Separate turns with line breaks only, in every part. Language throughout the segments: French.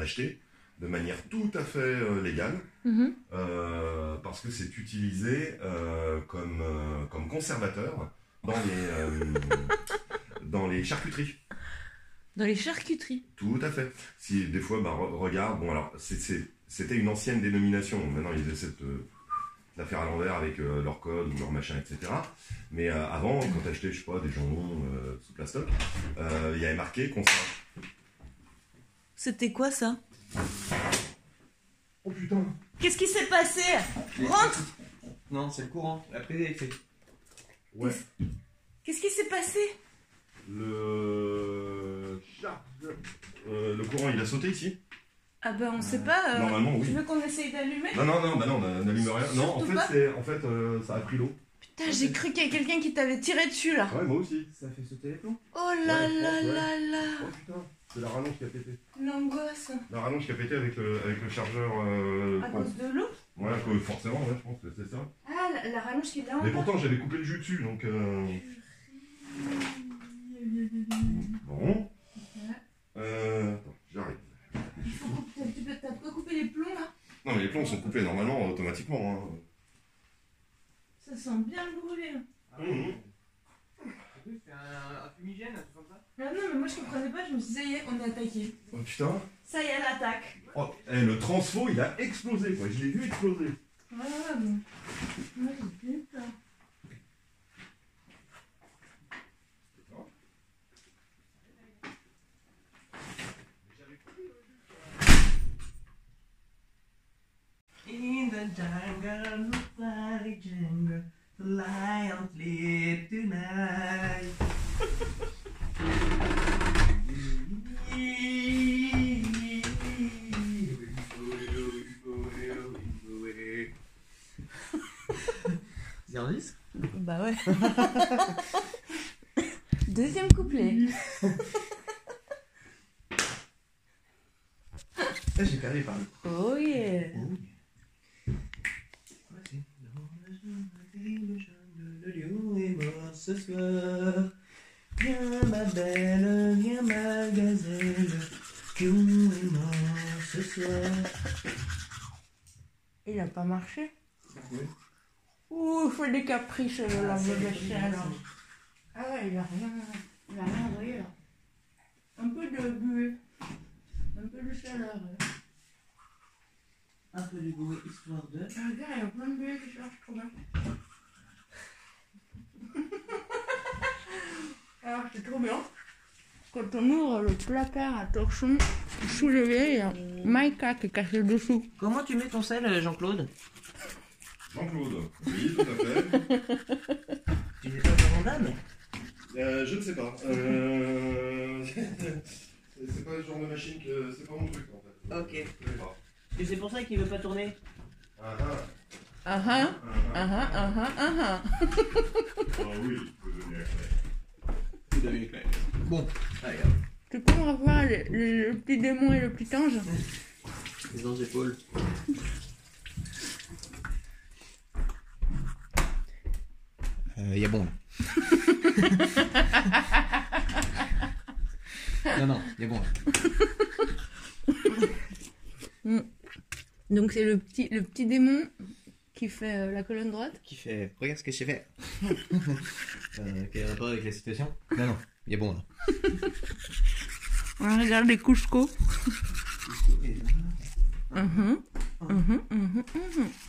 acheté de manière tout à fait euh, légale,
Mhm.
euh, parce que c'est utilisé euh, comme, euh, comme conservateur dans les, euh, dans les charcuteries.
Dans les charcuteries.
Tout à fait. Si des fois, bah, re- regarde, bon alors, c'est- c'est- c'était une ancienne dénomination. Maintenant, ils essaient de, euh, de la faire à l'envers avec euh, leur code ou leur machin, etc. Mais euh, avant, quand t'achetais, je sais pas, des jambons euh, sous plastoc, euh, il y avait marqué conserve.
C'était quoi ça
Oh putain
Qu'est-ce qui s'est passé Rentre
Non, c'est le courant, la prise électrique.
Ouais.
Qu'est-ce qui s'est passé
Le. charge- euh, le courant, il a sauté ici
Ah bah on sait pas. euh,
Normalement,
Tu
oui.
veux qu'on essaye d'allumer
Non, non, non, bah non, bah, n'allume rien. Non, en
Surtout
fait,
pas.
c'est, en fait euh, ça a pris l'eau.
Putain, j'ai cru qu'il y avait quelqu'un qui t'avait tiré dessus là.
Ouais, moi aussi.
Ça fait sauter les plombs.
Oh là
Ouais, je
là
pense, ouais.
là là
Oh putain, c'est la rallonge qui a pété.
L'angoisse
La rallonge qui a pété avec le, avec le chargeur. Euh,
à
con.
cause de l'eau
Ouais, que- forcément, ouais, je pense que c'est ça.
Ah, la, la rallonge qui est là
Mais
encore
pourtant, j'avais coupé le jus dessus, donc. euh, Bon. Euh. Attends, j'arrive.
Il faut couper- T'as tu peux- t'as de quoi couper les plombs là
Non, mais les plombs sont coupés normalement, euh, automatiquement. hein.
Ça sent bien le brûlé là.
Ah,
Mhm.
C'est un, un fumigène, un truc comme ça
Ah non, mais moi je comprenais pas, je me suis dit, ça y est, on est attaqué.
Oh putain.
Ça y est, l'attaque.
Oh, eh, le transfo, il a explosé, quoi. Je l'ai vu exploser.
Ah bon. Moi j'ai bien peur.
In the jungle, fairy jungle, the lion sleep tonight.
Bah ouais. Deuxième couplet.
Ah, j'ai perdu, pardon.
Oh yeah.
Voici dans la jungle, le jungle, le lion est mort ce soir. Viens ma belle, viens ma gazelle, le lion est mort ce soir.
Il a pas marché. Ouh, il fait des caprices de la mauvaise chien là. Ah ouais, il a rien. Il a rien envoyé là. Un peu de buée. Un peu de chaleur. là.
Un peu de goût, histoire de...
Ah, Regarde, il y a plein de buée qui cherchent trop bien. Alors, c'est trop bien. Quand on ouvre le placard à torchon soulevé, il y a Maïka qui est cassée dessous.
Comment tu mets ton sel, Jean-Claude
Jean-Claude. Oui, tout à fait.
Tu n'es pas vraiment d'âme
Euh, je ne sais pas. Euh... c'est pas le genre de machine que. C'est pas mon truc, en fait.
Ok.
Je sais pas.
Et c'est pour ça qu'il veut pas tourner
Ah, ah,
Ah ah,
ah, ah.
ah ah, ah ah, ah ah.
Ah oui, vous devenez accro.
Bon, allez,
Tu peux me revoir le, le- le petit démon et le petit ange
les anges épaules. Il Euh, y a bon. non, non, il y a bon.
Donc c'est le petit, le petit démon qui fait euh, la colonne droite.
Qui fait Regarde ce que j'ai fait. euh, quel rapport avec la situation Non, non, il y a bon là.
On regarde les Cusco. Ah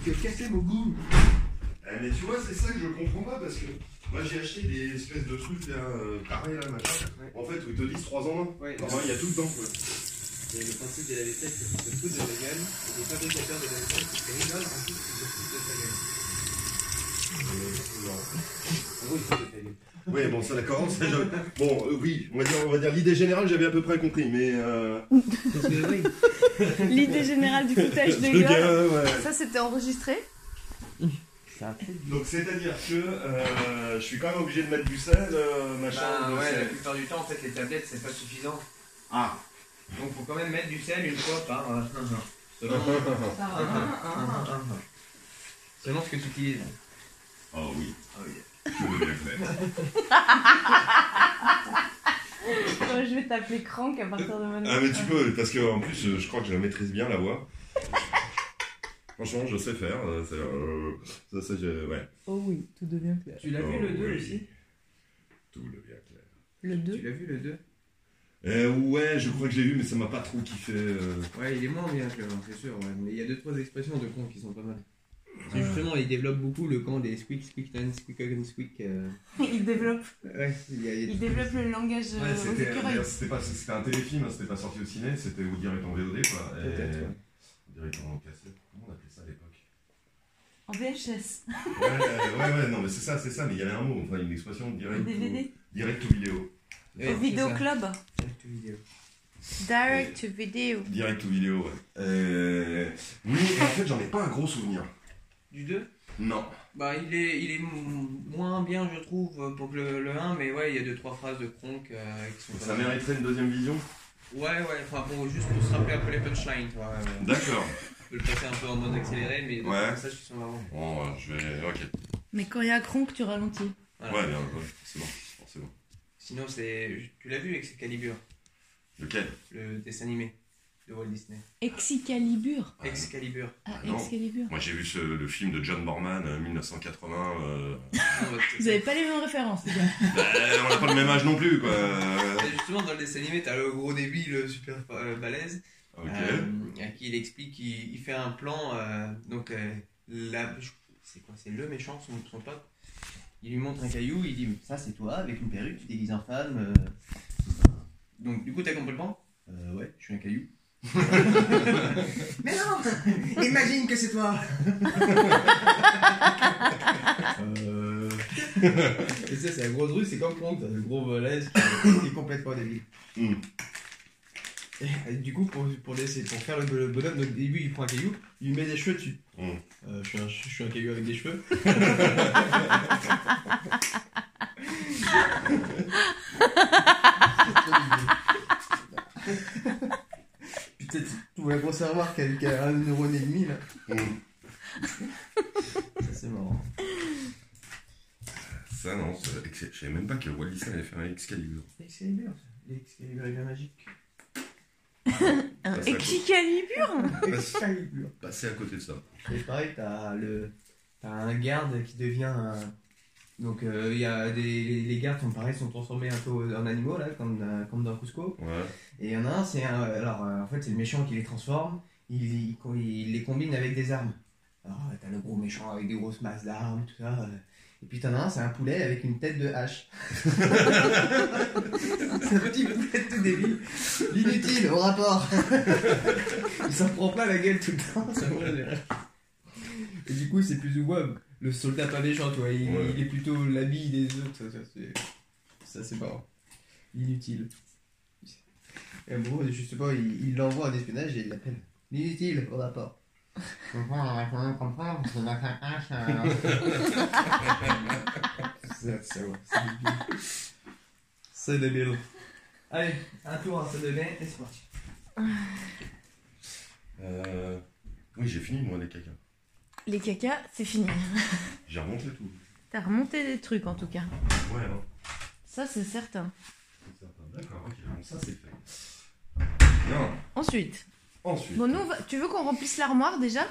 Tu as cassé mon goût
Eh, mais tu vois, c'est ça que je comprends pas parce que moi j'ai acheté des espèces de trucs là, euh, carrés là, machin.
Ouais.
En fait, où ils te disent 3 en 1.
Ouais,
Enfin, il y a tout dedans. Quoi.
Il y a le principe de la vaisselle, c'est que tu te fous de la gueule, le fabricateur de la vaisselle, c'est qu'il rigole, ensuite tu te fous de ta gueule. En gros, il faut de ta gueule.
Oui, bon, ça d'accord. ça, je- Bon, euh, oui, on va dire, on va dire l'idée générale, j'avais à peu près compris, mais. Euh...
Parce que oui,
L'idée générale du foutage de
le
gueule.
gars, ouais.
Ça c'était enregistré.
c'est un truc.
Donc, c'est-à-dire que euh, je suis quand même obligé de mettre du sel, euh, machin.
Ah,
Bah
de
ouais, la
sel.
plupart du temps, en fait, les tablettes, c'est pas suffisant.
Ah
Donc, faut quand même mettre du sel une fois par. euh, selon,
Ah.
selon ce que tu utilises.
Oh oui,
Ah oui.
je veux bien le faire.
Moi, je vais t'appeler Crank à partir de maintenant.
Ah mais tu peux, parce que en plus euh, je crois que je maîtrise bien la voix. Franchement, je sais faire. euh, c'est, euh, ça, ça, je- ouais.
Oh oui, tout devient clair.
Tu l'as vu
Oh,
le 2
oui.
aussi
Tout le bien clair.
Le
Tu
2.
l'as vu le 2
Euh, ouais, je crois que j'ai vu, mais ça m'a pas trop kiffé. euh.
Ouais, il est moins bien que le 1, c'est sûr. ouais. Mais il y a deux trois expressions de con qui sont pas mal. Parce que justement, il développe beaucoup le camp des squeak, squeak, and squeak, and squeak. euh,
Il développe,
Ouais, il y a,
il développe le langage
Ouais,
euh, aux
c'était
écureuils.
d'ailleurs, c'était pas- c'était un téléfilm, hein, c'était pas sorti au ciné, c'était Où dire est en VOD quoi. et-
Peut-être, ouais.
Où dire est en cassette, comment on appelait ça à l'époque
En VHS.
ouais, euh, ouais, ouais, non mais c'est ça, c'est ça, mais il y avait un mot, enfin une expression
En
direct, ou-
DVD.
direct ou vidéo.
Ouais,
Au Vidéo
c'est ça.
Club.
Direct vidéo.
Direct
to video.
Direct ou vidéo, ouais. Euh, Oui, et en fait j'en ai pas un gros souvenir.
Du 2
Non.
Bah, il est, il est m- moins bien, je trouve, pour que le, 1, mais ouais, il y a deux trois phrases de Kronk euh, qui sont.
Ça
pas mal.
mériterait une deuxième vision
Ouais, ouais, enfin, pour, juste pour se rappeler un peu les punchlines, quoi. ouais, ouais.
D'accord.
On peut le passer un peu en mode accéléré, mais les
Ouais.
passages qui sont marrants.
Bon, euh, je vais. Ok.
Mais quand il y a Cronk, tu ralentis.
Voilà.
Ouais, bien, ouais, forcément, forcément.
Sinon, c'est. Tu l'as vu avec Excalibur,
Lequel
le dessin animé de Walt Disney.
Excalibur.
Ah,
Excalibur.
Ah,
non.
Excalibur.
Moi j'ai vu ce- le film de John Borman, euh, 1980. euh,
Ah, bah,
Vous avez pas les mêmes références, les gars.
Bah, on n'a pas le même âge non plus, quoi. Euh,
Et Justement, dans le dessin animé, t'as le gros débile super euh, balèze.
Ok.
Euh, à qui il explique qu'il il fait un plan. euh, donc, euh, la- je- c'est quoi C'est le méchant, son, son pote. Il lui montre un caillou, il dit Ça, c'est toi, avec une perruque, tu déguises en femme. euh. Donc, du coup, t'as compris le plan Euh, Ouais, je suis un caillou. Mais non Imagine que c'est toi
Euh,
Et ça, c'est la grosse rue, c'est comme quand t'as le gros balèze qui est complètement débile.
Hmm.
Et, euh, du coup, pour, pour, laisser, pour faire le, le bonhomme, donc, au début, il prend un caillou, il lui met des cheveux dessus.
Hmm.
Euh, je, suis un, je suis un caillou avec des cheveux. Putain, tu- tu vois la grosse remarque avec euh, un neurone et demi là.
hmm.
Ça, c'est marrant.
Ça, non, c'est- je savais même pas que Walt Disney allait faire un Excalibur.
Excalibur, ça. L'excalibur est bien magique.
Ah, c'est à
Excalibur
Excalibur.
Passer à côté de ça.
Et pareil, t'as le t'as un garde qui devient un... donc euh, il y a des les, les gardes sont pareil sont transformés un peu en animaux là comme dans- comme dans Cusco
Ouais.
et il y en a un c'est un- alors euh, en fait c'est le méchant qui les transforme il, il, il les combine avec des armes alors euh, t'as le gros méchant avec des grosses masses d'armes tout ça euh. et puis t'en as un c'est un poulet avec une tête de hache c'est un petit poulet tout débile l'inutile au rapport il s'en prend pas la gueule tout le temps ça me fait rire. Et du coup, c'est plus ou moins le soldat pas méchant, tu vois. Il,
Ouais.
il est plutôt l'habit des autres. Ça, ça, c'est- ça, c'est marrant. L'inutile. Et en gros, je sais pas, il il l'envoie en espionnage et il l'appelle. L'inutile au rapport. Comprends, on va quand même comprendre, parce qu'il a sa hache, euh, alors. Ça, ça, ouais, c'est débile. C'est débile. Allez, un tour à ce de bain et c'est parti.
Euh, Oui, j'ai fini, moi, les caca.
Les cacas, c'est fini.
J'ai remonté tout.
T'as remonté des trucs en tout cas.
Ouais, hein.
Ça, c'est certain.
C'est sympa. D'accord, ok, bon, ça c'est fait. Bien,
Ensuite.
ensuite.
Bon, nous, on va- tu veux qu'on remplisse l'armoire déjà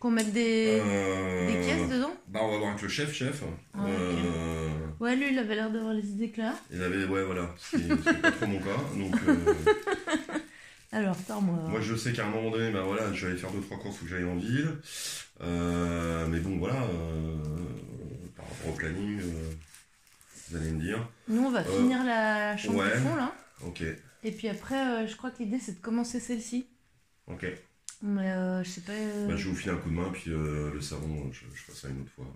Qu'on mette des...
Euh,
des pièces dedans
Bah, on va voir avec le chef, chef.
Ah, ok.
Euh,
Ouais, lui, il avait l'air d'avoir les idées claires.
Il avait, ouais, voilà, c'est c'est pas trop mon cas. Donc, euh,
Alors, euh, attends, moi.
Moi, je sais qu'à un moment donné, bah voilà, je vais aller faire deux trois courses où j'aille en ville. Euh, mais bon, voilà, euh, par rapport au planning, euh, vous allez me dire.
Nous, on va
Euh,
finir la chambre
ouais.
du fond là.
Ok,
Et puis après, euh, je crois que l'idée, c'est de commencer celle-ci.
ok.
Mais euh, je sais pas. euh,
Bah, je vais vous filer un coup de main, puis euh, le savon, je, je ferai ça une autre fois.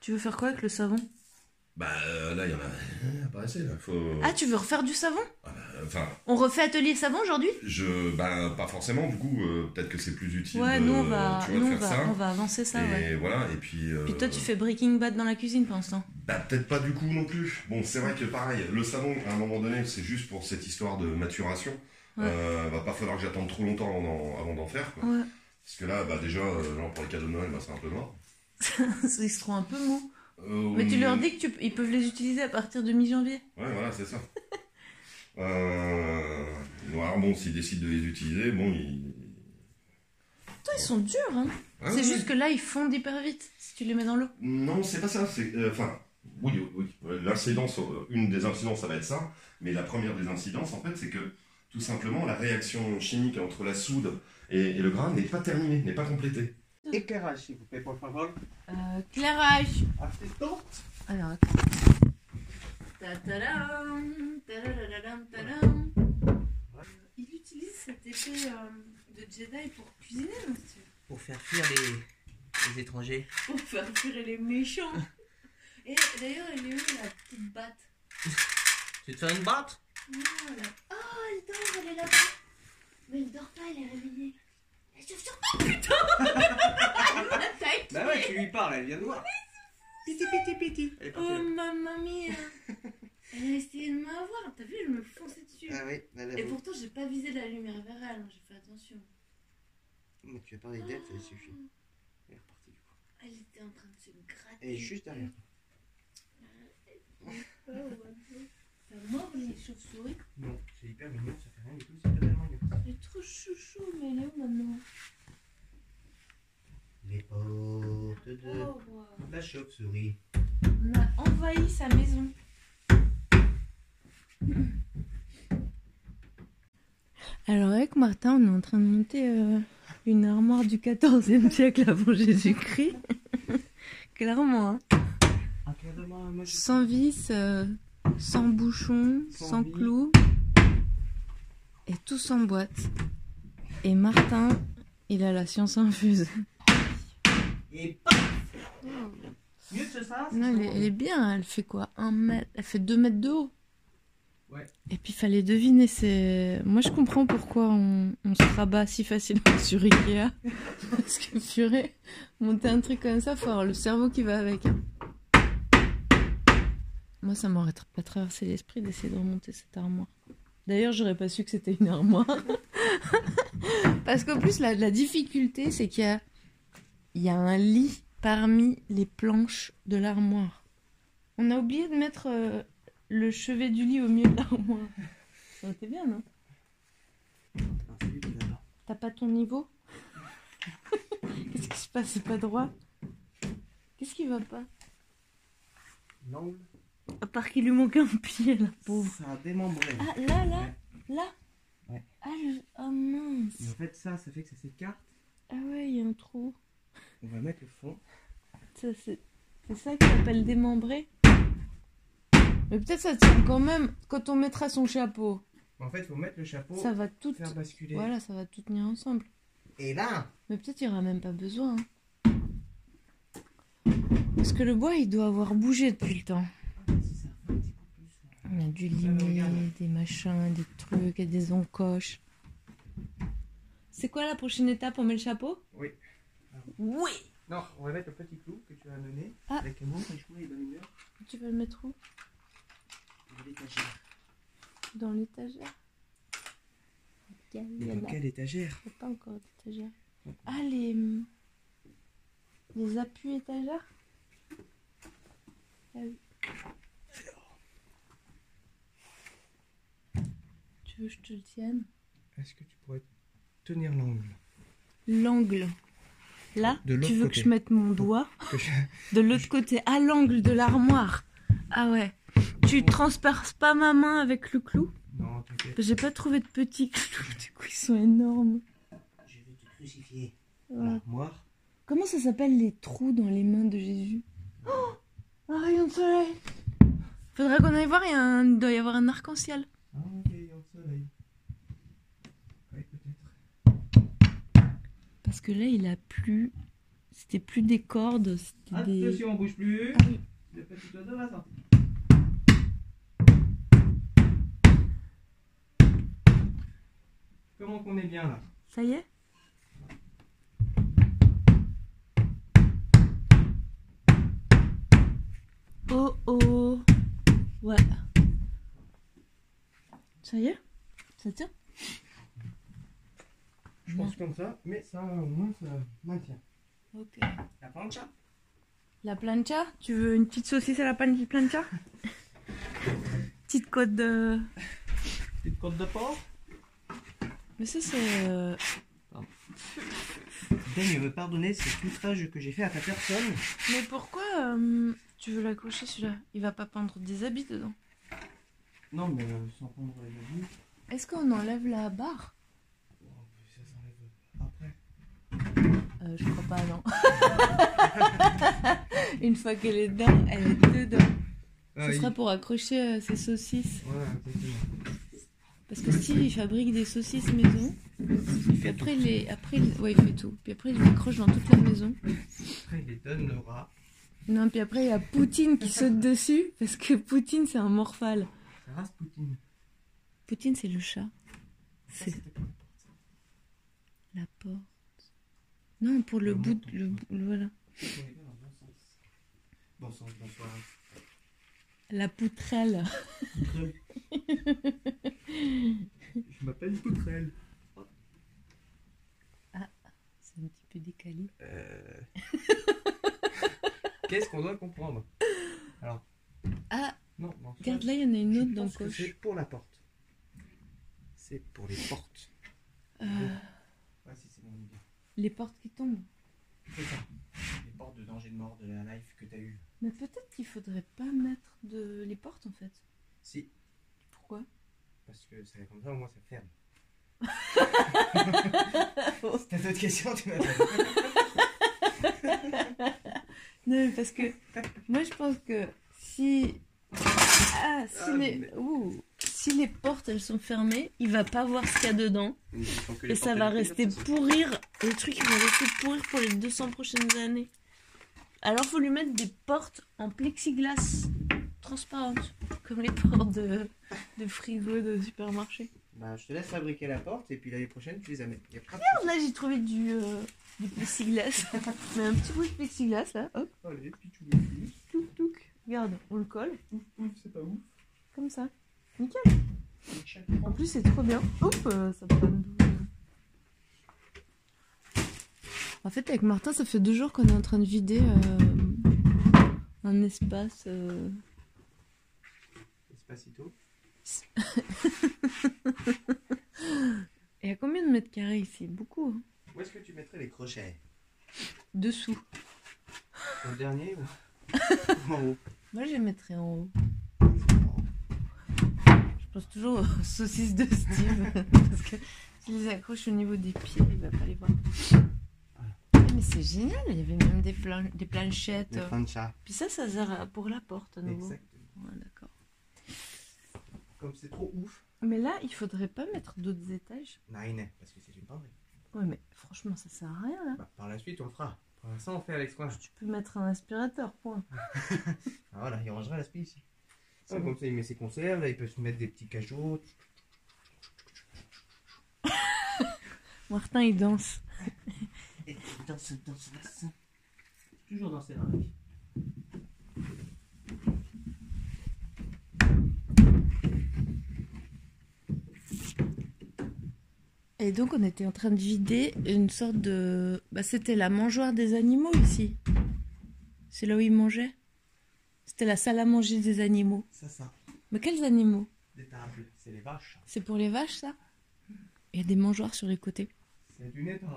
Tu veux faire quoi avec le savon
Bah euh, là, il y en a pas assez. Là. Faut...
Ah, tu veux refaire du savon
Enfin,
On refait atelier savon aujourd'hui
je, bah pas forcément. Du coup, euh, peut-être que c'est plus utile.
Ouais,
de,
nous, on va,
euh, tu vois, de
nous, on
faire
va, on
ça.
va avancer ça,
et
ouais.
voilà, et puis. euh,
Puis toi, tu fais Breaking Bad dans la cuisine pour l'instant.
Bah peut-être pas du coup non plus. Bon, c'est vrai que pareil, le savon, à un moment donné, c'est juste pour cette histoire de maturation.
Ouais.
Euh, va pas falloir que j'attende trop longtemps en- avant d'en faire. Quoi.
Ouais.
Parce que là, bah déjà, euh, genre pour les cadeaux de Noël, bah, c'est un peu mort.
Ils se trouvent un peu mous.
Euh,
Mais tu leur dis qu'ils peuvent les utiliser à partir de mi-janvier.
Ouais, voilà, c'est ça. Euh, alors bon, s'ils décident de les utiliser, bon, ils...
Putain, ils sont durs, hein.
Ah
c'est
oui.
juste que là, ils fondent hyper vite si tu les mets dans l'eau.
Non, c'est pas ça. C'est euh, enfin. oui, oui. oui. L'incidence, euh, une des incidences, ça va être ça. Mais la première des incidences, en fait, c'est que tout simplement la réaction chimique entre la soude et, et le gras n'est pas terminée, n'est pas complétée.
Éclairage, s'il vous plaît, pour favor.
Euh, clairage.
Assistante.
Alors, attends.
Ta-ta-dam, ta-da-da-da-dam, ta-dam. Euh, Il utilise cette épée euh, de Jedi pour cuisiner, monsieur.
Pour faire fuir les, les étrangers.
Pour faire tirer les méchants. Et d'ailleurs, elle est où la petite batte
Tu te fais une batte
Non, elle a- Oh, elle dort, elle est là-bas. Mais elle dort pas, elle est réveillée. Elle se sort pas, putain Elle m'attaque
Bah ouais, tu lui parles, elle vient de voir. Piti, piti, piti. Elle est partie.
Oh, ma mamie hein. Elle a essayé de m'avoir, t'as vu, elle me fonçait dessus.
Ah oui, elle
Et
est
pourtant, j'ai pas visé la lumière vers elle, hein, j'ai fait attention.
bon. Tu as parlé d'elle, ça suffit. Elle est repartie.
Elle Ah, était en train de se gratter.
Elle est juste derrière.
Oh, ouais. T'as mort les chauves-souris
Non, c'est hyper mignon, ça fait rien du tout, c'est totalement innocent.
Elle est trop chouchou, mais elle est où maintenant
Les portes de
Oh, wow.
la chauve-souris.
On a envahi sa maison. Alors avec Martin, on est en train de monter euh, une armoire du 14e siècle avant Jésus-Christ. Clairement, hein.
Ah, clairement, moi je.
sans vis, euh, sans bouchon, sans,
Sans vis.
clous, et tout sans boîte. Et Martin, il a la science infuse.
Et paf
Hmm.
Mieux que ça c'est
Non, elle est, elle est bien, elle fait quoi Un mètre, Elle fait 2 mètres de haut.
Ouais.
Et puis fallait deviner, c'est. Moi je comprends pourquoi on, on se rabat si facilement sur Ikea. Parce que purée, monter un truc comme ça, faut avoir le cerveau qui va avec. hein. Moi ça m'aurait tra- pas traversé l'esprit d'essayer de remonter cette armoire. D'ailleurs, j'aurais pas su que c'était une armoire. Parce qu'en plus, la, la difficulté, c'est qu'il y a, il y a un lit parmi les planches de l'armoire. On a oublié de mettre euh, le chevet du lit au milieu de l'armoire. Ça aurait été bien, non
Non, Ah, c'est lui qui va pas.
T'as pas ton niveau Qu'est-ce qui se passe C'est pas droit Qu'est-ce qui va pas
L'angle.
À part qu'il lui manque un pied, la pauvre.
C'est un démembré.
Ah, là, là, là
Ouais.
Ah, le- oh mince
Et en fait, ça, ça fait que ça s'écarte.
Ah ouais, il y a un trou.
On va mettre le fond.
Ça, C'est c'est ça qu'on appelle démembrer Mais peut-être ça tient quand même quand on mettra son chapeau.
En fait, faut mettre le chapeau,
Ça va tout...
faire basculer.
Voilà, ça va tout tenir ensemble.
Et là
Mais peut-être il n'y aura même pas besoin. hein. Parce que le bois, il doit avoir bougé depuis le temps.
Si ça fait un petit peu plus. là.
On a du
Ah, mais
limer,
regarde.
des machins, des trucs, et des encoches. C'est quoi la prochaine étape On met le chapeau
Oui.
Oui
Non, on va mettre le petit clou que tu as amené
Ah.
avec amour, franchement, et bonne humeur.
Tu veux le mettre où
On va l'étager.
Dans l'étagère Regarde, il y en a
étagère
Il y a pas encore d'étagère. Ah, les. Les appuis étagères Ah oui. Tu veux que je te le tienne
Est-ce que tu pourrais tenir l'angle
L'angle. Là
De l'autre
Tu veux
côté.
que je mette mon doigt
que je-
de l'autre côté, à l'angle de l'armoire Ah ouais. Tu transperces pas ma main avec le clou
Non, t'inquiète.
J'ai pas trouvé de petits clous, du coup ils sont énormes.
Je vais te crucifier.
Voilà.
L'armoire.
Comment ça s'appelle les trous dans les mains de Jésus Oh Un rayon de soleil Faudrait qu'on aille voir, il, y a un- il doit y avoir un arc-en-ciel.
Ah, ok, au soleil. Oui, peut-être.
Parce que là, il a plus. C'était plus des cordes, c'était des.
Attention, on bouge plus.
Ah oui.
Le petit oiseau va sortir. Comment qu'on est bien là
Ça y est Oh oh Ouais. Ça y est Ça tient
Je pense comme ça, mais ça au moins ça maintient.
Ok.
La plancha
La plancha Tu veux une petite saucisse à la pan- plancha Petite côte de...
Petite côte de porc
Mais ça, c'est. euh,
Putain, mais me Ben, pardonner cet outrage que j'ai fait à ta personne.
Mais pourquoi euh, tu veux l'accrocher celui-là Il va pas peindre des habits dedans.
Non, mais euh, sans prendre les habits,
Est-ce qu'on enlève la barre
oh, ça s'enlève après.
Euh, Je crois pas, non. Une fois qu'elle est dedans, elle est dedans. Ce sera pour accrocher euh, ses saucisses.
Voilà, exactement.
Parce que Steve, il fabrique des saucisses maison. Puis après, il les... après il- ouais, il fait tout. Puis après, il les accroche dans toute la maison.
Après, il les donne le rat.
Non, puis après, il y a Poutine qui saute dessus. Parce que Poutine, c'est un morphale.
C'est Rasputin.
Poutine, c'est le chat.
Ah,
C'est la porte. Non, pour le
Le
bout.
menton.
de- Le, le- voilà.
On est bien dans le bon sens. Bon sens, bonsoir.
La poutrelle.
Poutrelle. Je m'appelle Poutrelle.
Ah, C'est un petit peu décalé.
Euh... Qu'est-ce qu'on doit comprendre Alors.
Ah.
Non, non. ça,
Regarde, là, il y en a une
je
autre dans
pense que
Coche.
C'est pour la porte. C'est pour les portes.
Euh,
Ouais, si, c'est mon idée.
les portes qui tombent.
C'est ça. Les portes de danger de mort de la life que t'as eu.
Mais peut-être qu'il faudrait pas mettre de... les portes, en fait.
Si,
Pourquoi
parce que ça comme ça, au moins ça ferme. Si t'as d'autres questions, tu m'appelles.
Non, mais parce que moi je pense que si. Ah, si,
Ah,
les...
mais-
Ouh. si les portes elles sont fermées, il va pas voir ce qu'il y a dedans. Et ça va rester pourrir. Le truc il va rester pourrir pour les 200 prochaines années. Alors faut lui mettre des portes en plexiglas transparentes. Comme les portes de, de frigo de supermarché.
Bah, je te laisse fabriquer la porte et puis l'année prochaine, tu les amènes. Y a pas de
Là j'ai trouvé du, euh, du plexiglas. mais un petit bout de plexiglas là. Hop,
soucis. Allez, puis tu les finis.
touc, touc. Regarde, on le colle.
Ouf, ouf, c'est pas ouf.
Comme ça.
Chaque
En plus, c'est trop bien. Oups, euh, ça me donne double. En fait, avec Martin, ça fait deux jours qu'on est en train de vider euh, un espace. euh,
Espacito.
Et à combien de mètres carrés ici Beaucoup. hein.
Où est-ce que tu mettrais les crochets
Dessous.
Au dernier ou en haut
Moi, je les mettrais en haut. Je pense toujours aux saucisses de Steve. parce que s'il les accroche au niveau des pieds, il va pas les voir. Ah, Mais c'est génial, il y avait même des, plan- des planchettes.
Les planchas.
Puis ça, ça sert à- pour la porte à nouveau.
Exactement.
Ouais, d'accord.
Comme c'est trop ouf.
Mais là, il faudrait pas mettre d'autres étages.
Nine, parce que c'est une penderie.
Ouais, mais franchement, ça sert à rien là.
Bah, par la suite, on le fera. Pour l'instant, on fait avec ce qu'on a.
Tu peux mettre un aspirateur, point.
Ah, voilà, il rangera l'aspi ici. Ça,
Ah
comme ça, il met ses conserves, là, il peut se mettre des petits cachots.
Martin, il danse.
Et danse, danse, danse. Toujours danser dans la vie.
Et donc, on était en train de vider une sorte de. Bah, c'était la mangeoire des animaux ici. C'est là où ils mangeaient. C'était la salle à manger des animaux.
Ça, ça.
Mais quels animaux
Des tables, c'est les vaches.
C'est pour les vaches, ça Il y a des mangeoires sur les côtés.
C'est une étable.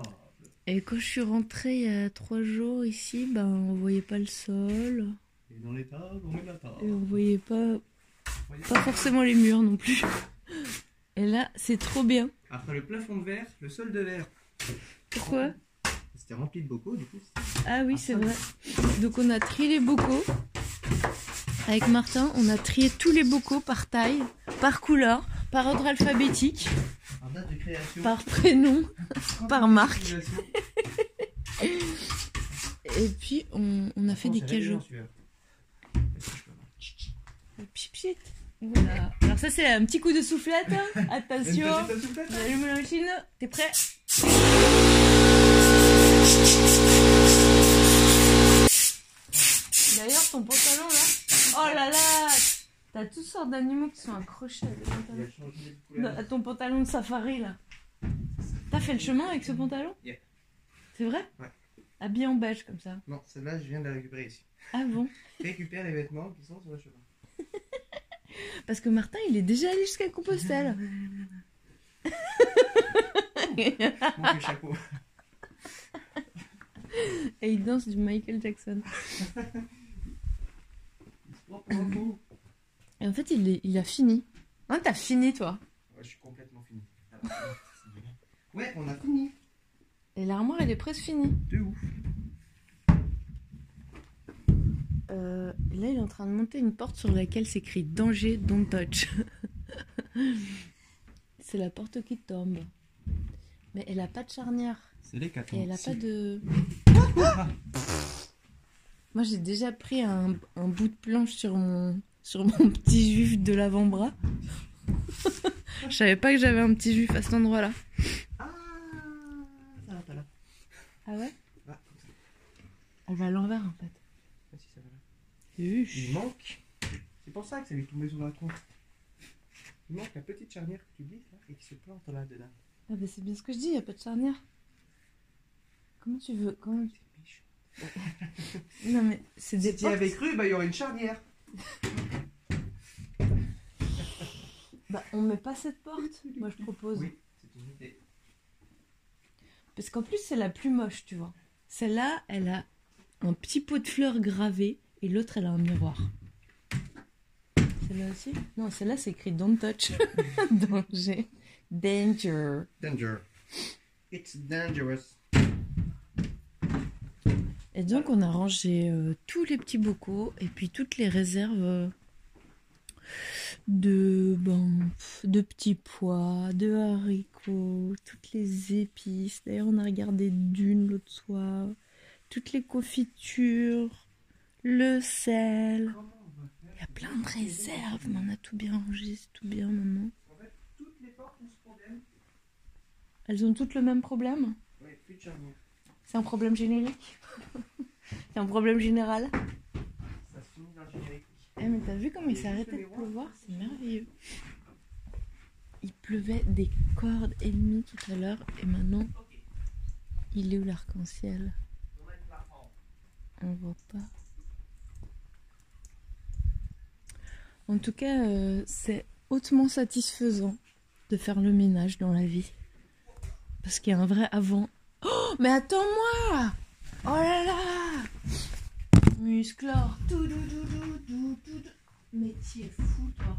Et quand je suis rentrée il y a trois jours ici, ben, on voyait pas le sol.
Et dans les tables, on met la table.
Et on voyait pas
Voyez
Pas forcément les murs non plus. Et là, c'est trop bien.
Après le plafond de verre, le sol de verre.
Pourquoi
C'était rempli de bocaux, du coup.
Ah oui, c'est vrai. Donc on a trié les bocaux. Avec Martin, on a trié tous les bocaux par taille, par couleur, par ordre alphabétique,
En date de création.
par prénom. par marque.
Utilisation.
Et puis on, on a fait des
Attends, j'ai réglé
cajots.
en sueur. Est-ce que je peux avoir-
Pchit, pchit. Voilà. Alors ça c'est un petit coup de soufflette. hein. Attention.
Une petite soufflette,
On
hein
allume la machine. T'es prêt D'ailleurs, ton pantalon là. Oh là là T'as toutes sortes d'animaux qui sont accrochés à tes
Il
pantalons.
a changé de couleur.
Non, à ton pantalon de safari là. T'as fait le chemin avec ce pantalon
Yeah.
C'est vrai
Ouais.
Habillé en beige comme ça.
Non, celle-là, je viens de la récupérer ici.
Ah bon
Récupère les vêtements qui sont sur le chemin.
Parce que Martin, il est déjà allé jusqu'à Compostelle. Ah,
Mon petit chapeau.
Et il danse du Michael Jackson. Et en fait, il, est- il a fini. Hein, t'as fini, toi.
Ouais, je suis complètement fini. Ouais, on a fini.
Et l'armoire, elle est presque finie.
De ouf.
Euh, là, il est en train de monter une porte sur laquelle s'écrit Danger, don't touch. C'est la porte qui tombe. Mais elle a pas de charnière.
C'est les 4
Et elle a pas de. Moi, j'ai déjà pris un, un bout de planche sur mon, sur mon petit juif de l'avant-bras. Je savais pas que j'avais un petit juif à cet endroit-là.
Ah, ça va pas là.
Ah ouais
Ah.
Elle va à l'envers, en fait.
Ah, si, ça va là. Il manque. C'est pour ça que ça lui est tombé sur la tronche. Il manque la petite charnière que tu glisses là et qui se plante là dedans.
Ah bah c'est bien ce que je dis, il a pas de charnière. Comment tu veux comment tu-
C'est méchant.
Non mais c'est des
Si t'y
portes.
avais cru, bah il y aurait une charnière.
Bah on met pas cette porte, moi je propose.
Oui, c'est une idée.
Parce qu'en plus c'est la plus moche, tu vois. Celle-là, elle a un petit pot de fleurs gravé et l'autre elle a un miroir. Celle-là aussi Non, celle-là c'est écrit Don't touch. Danger. Danger.
Danger. It's dangerous.
Et donc on a rangé euh, tous les petits bocaux et puis toutes les réserves euh, de ben, pff, de petits pois, de haricots, toutes les épices. D'ailleurs on a regardé d'une l'autre soir, toutes les confitures, le sel.
Comment on va faire
Il y a plein de réserves, mais on a tout bien rangé, c'est tout bien maintenant.
En fait, toutes les portes ont ce problème.
Elles ont toutes le même problème
Ouais, plus de charnière.
C'est un problème générique C'est un problème général
Ça se finit dans le générique.
Eh, mais t'as vu comme il s'est arrêté de pleuvoir C'est merveilleux. Il pleuvait des cordes et demie tout à l'heure et maintenant,
Ok,
il est où l'arc-en-ciel
on va être là. en-
On voit pas. En tout cas, euh, c'est hautement satisfaisant de faire le ménage dans la vie. Parce qu'il y a un vrai avant. Oh, mais attends-moi Oh là là Musclor Tout, tout, tout, tout, tout, tout, tout. Mais t'y es fou, toi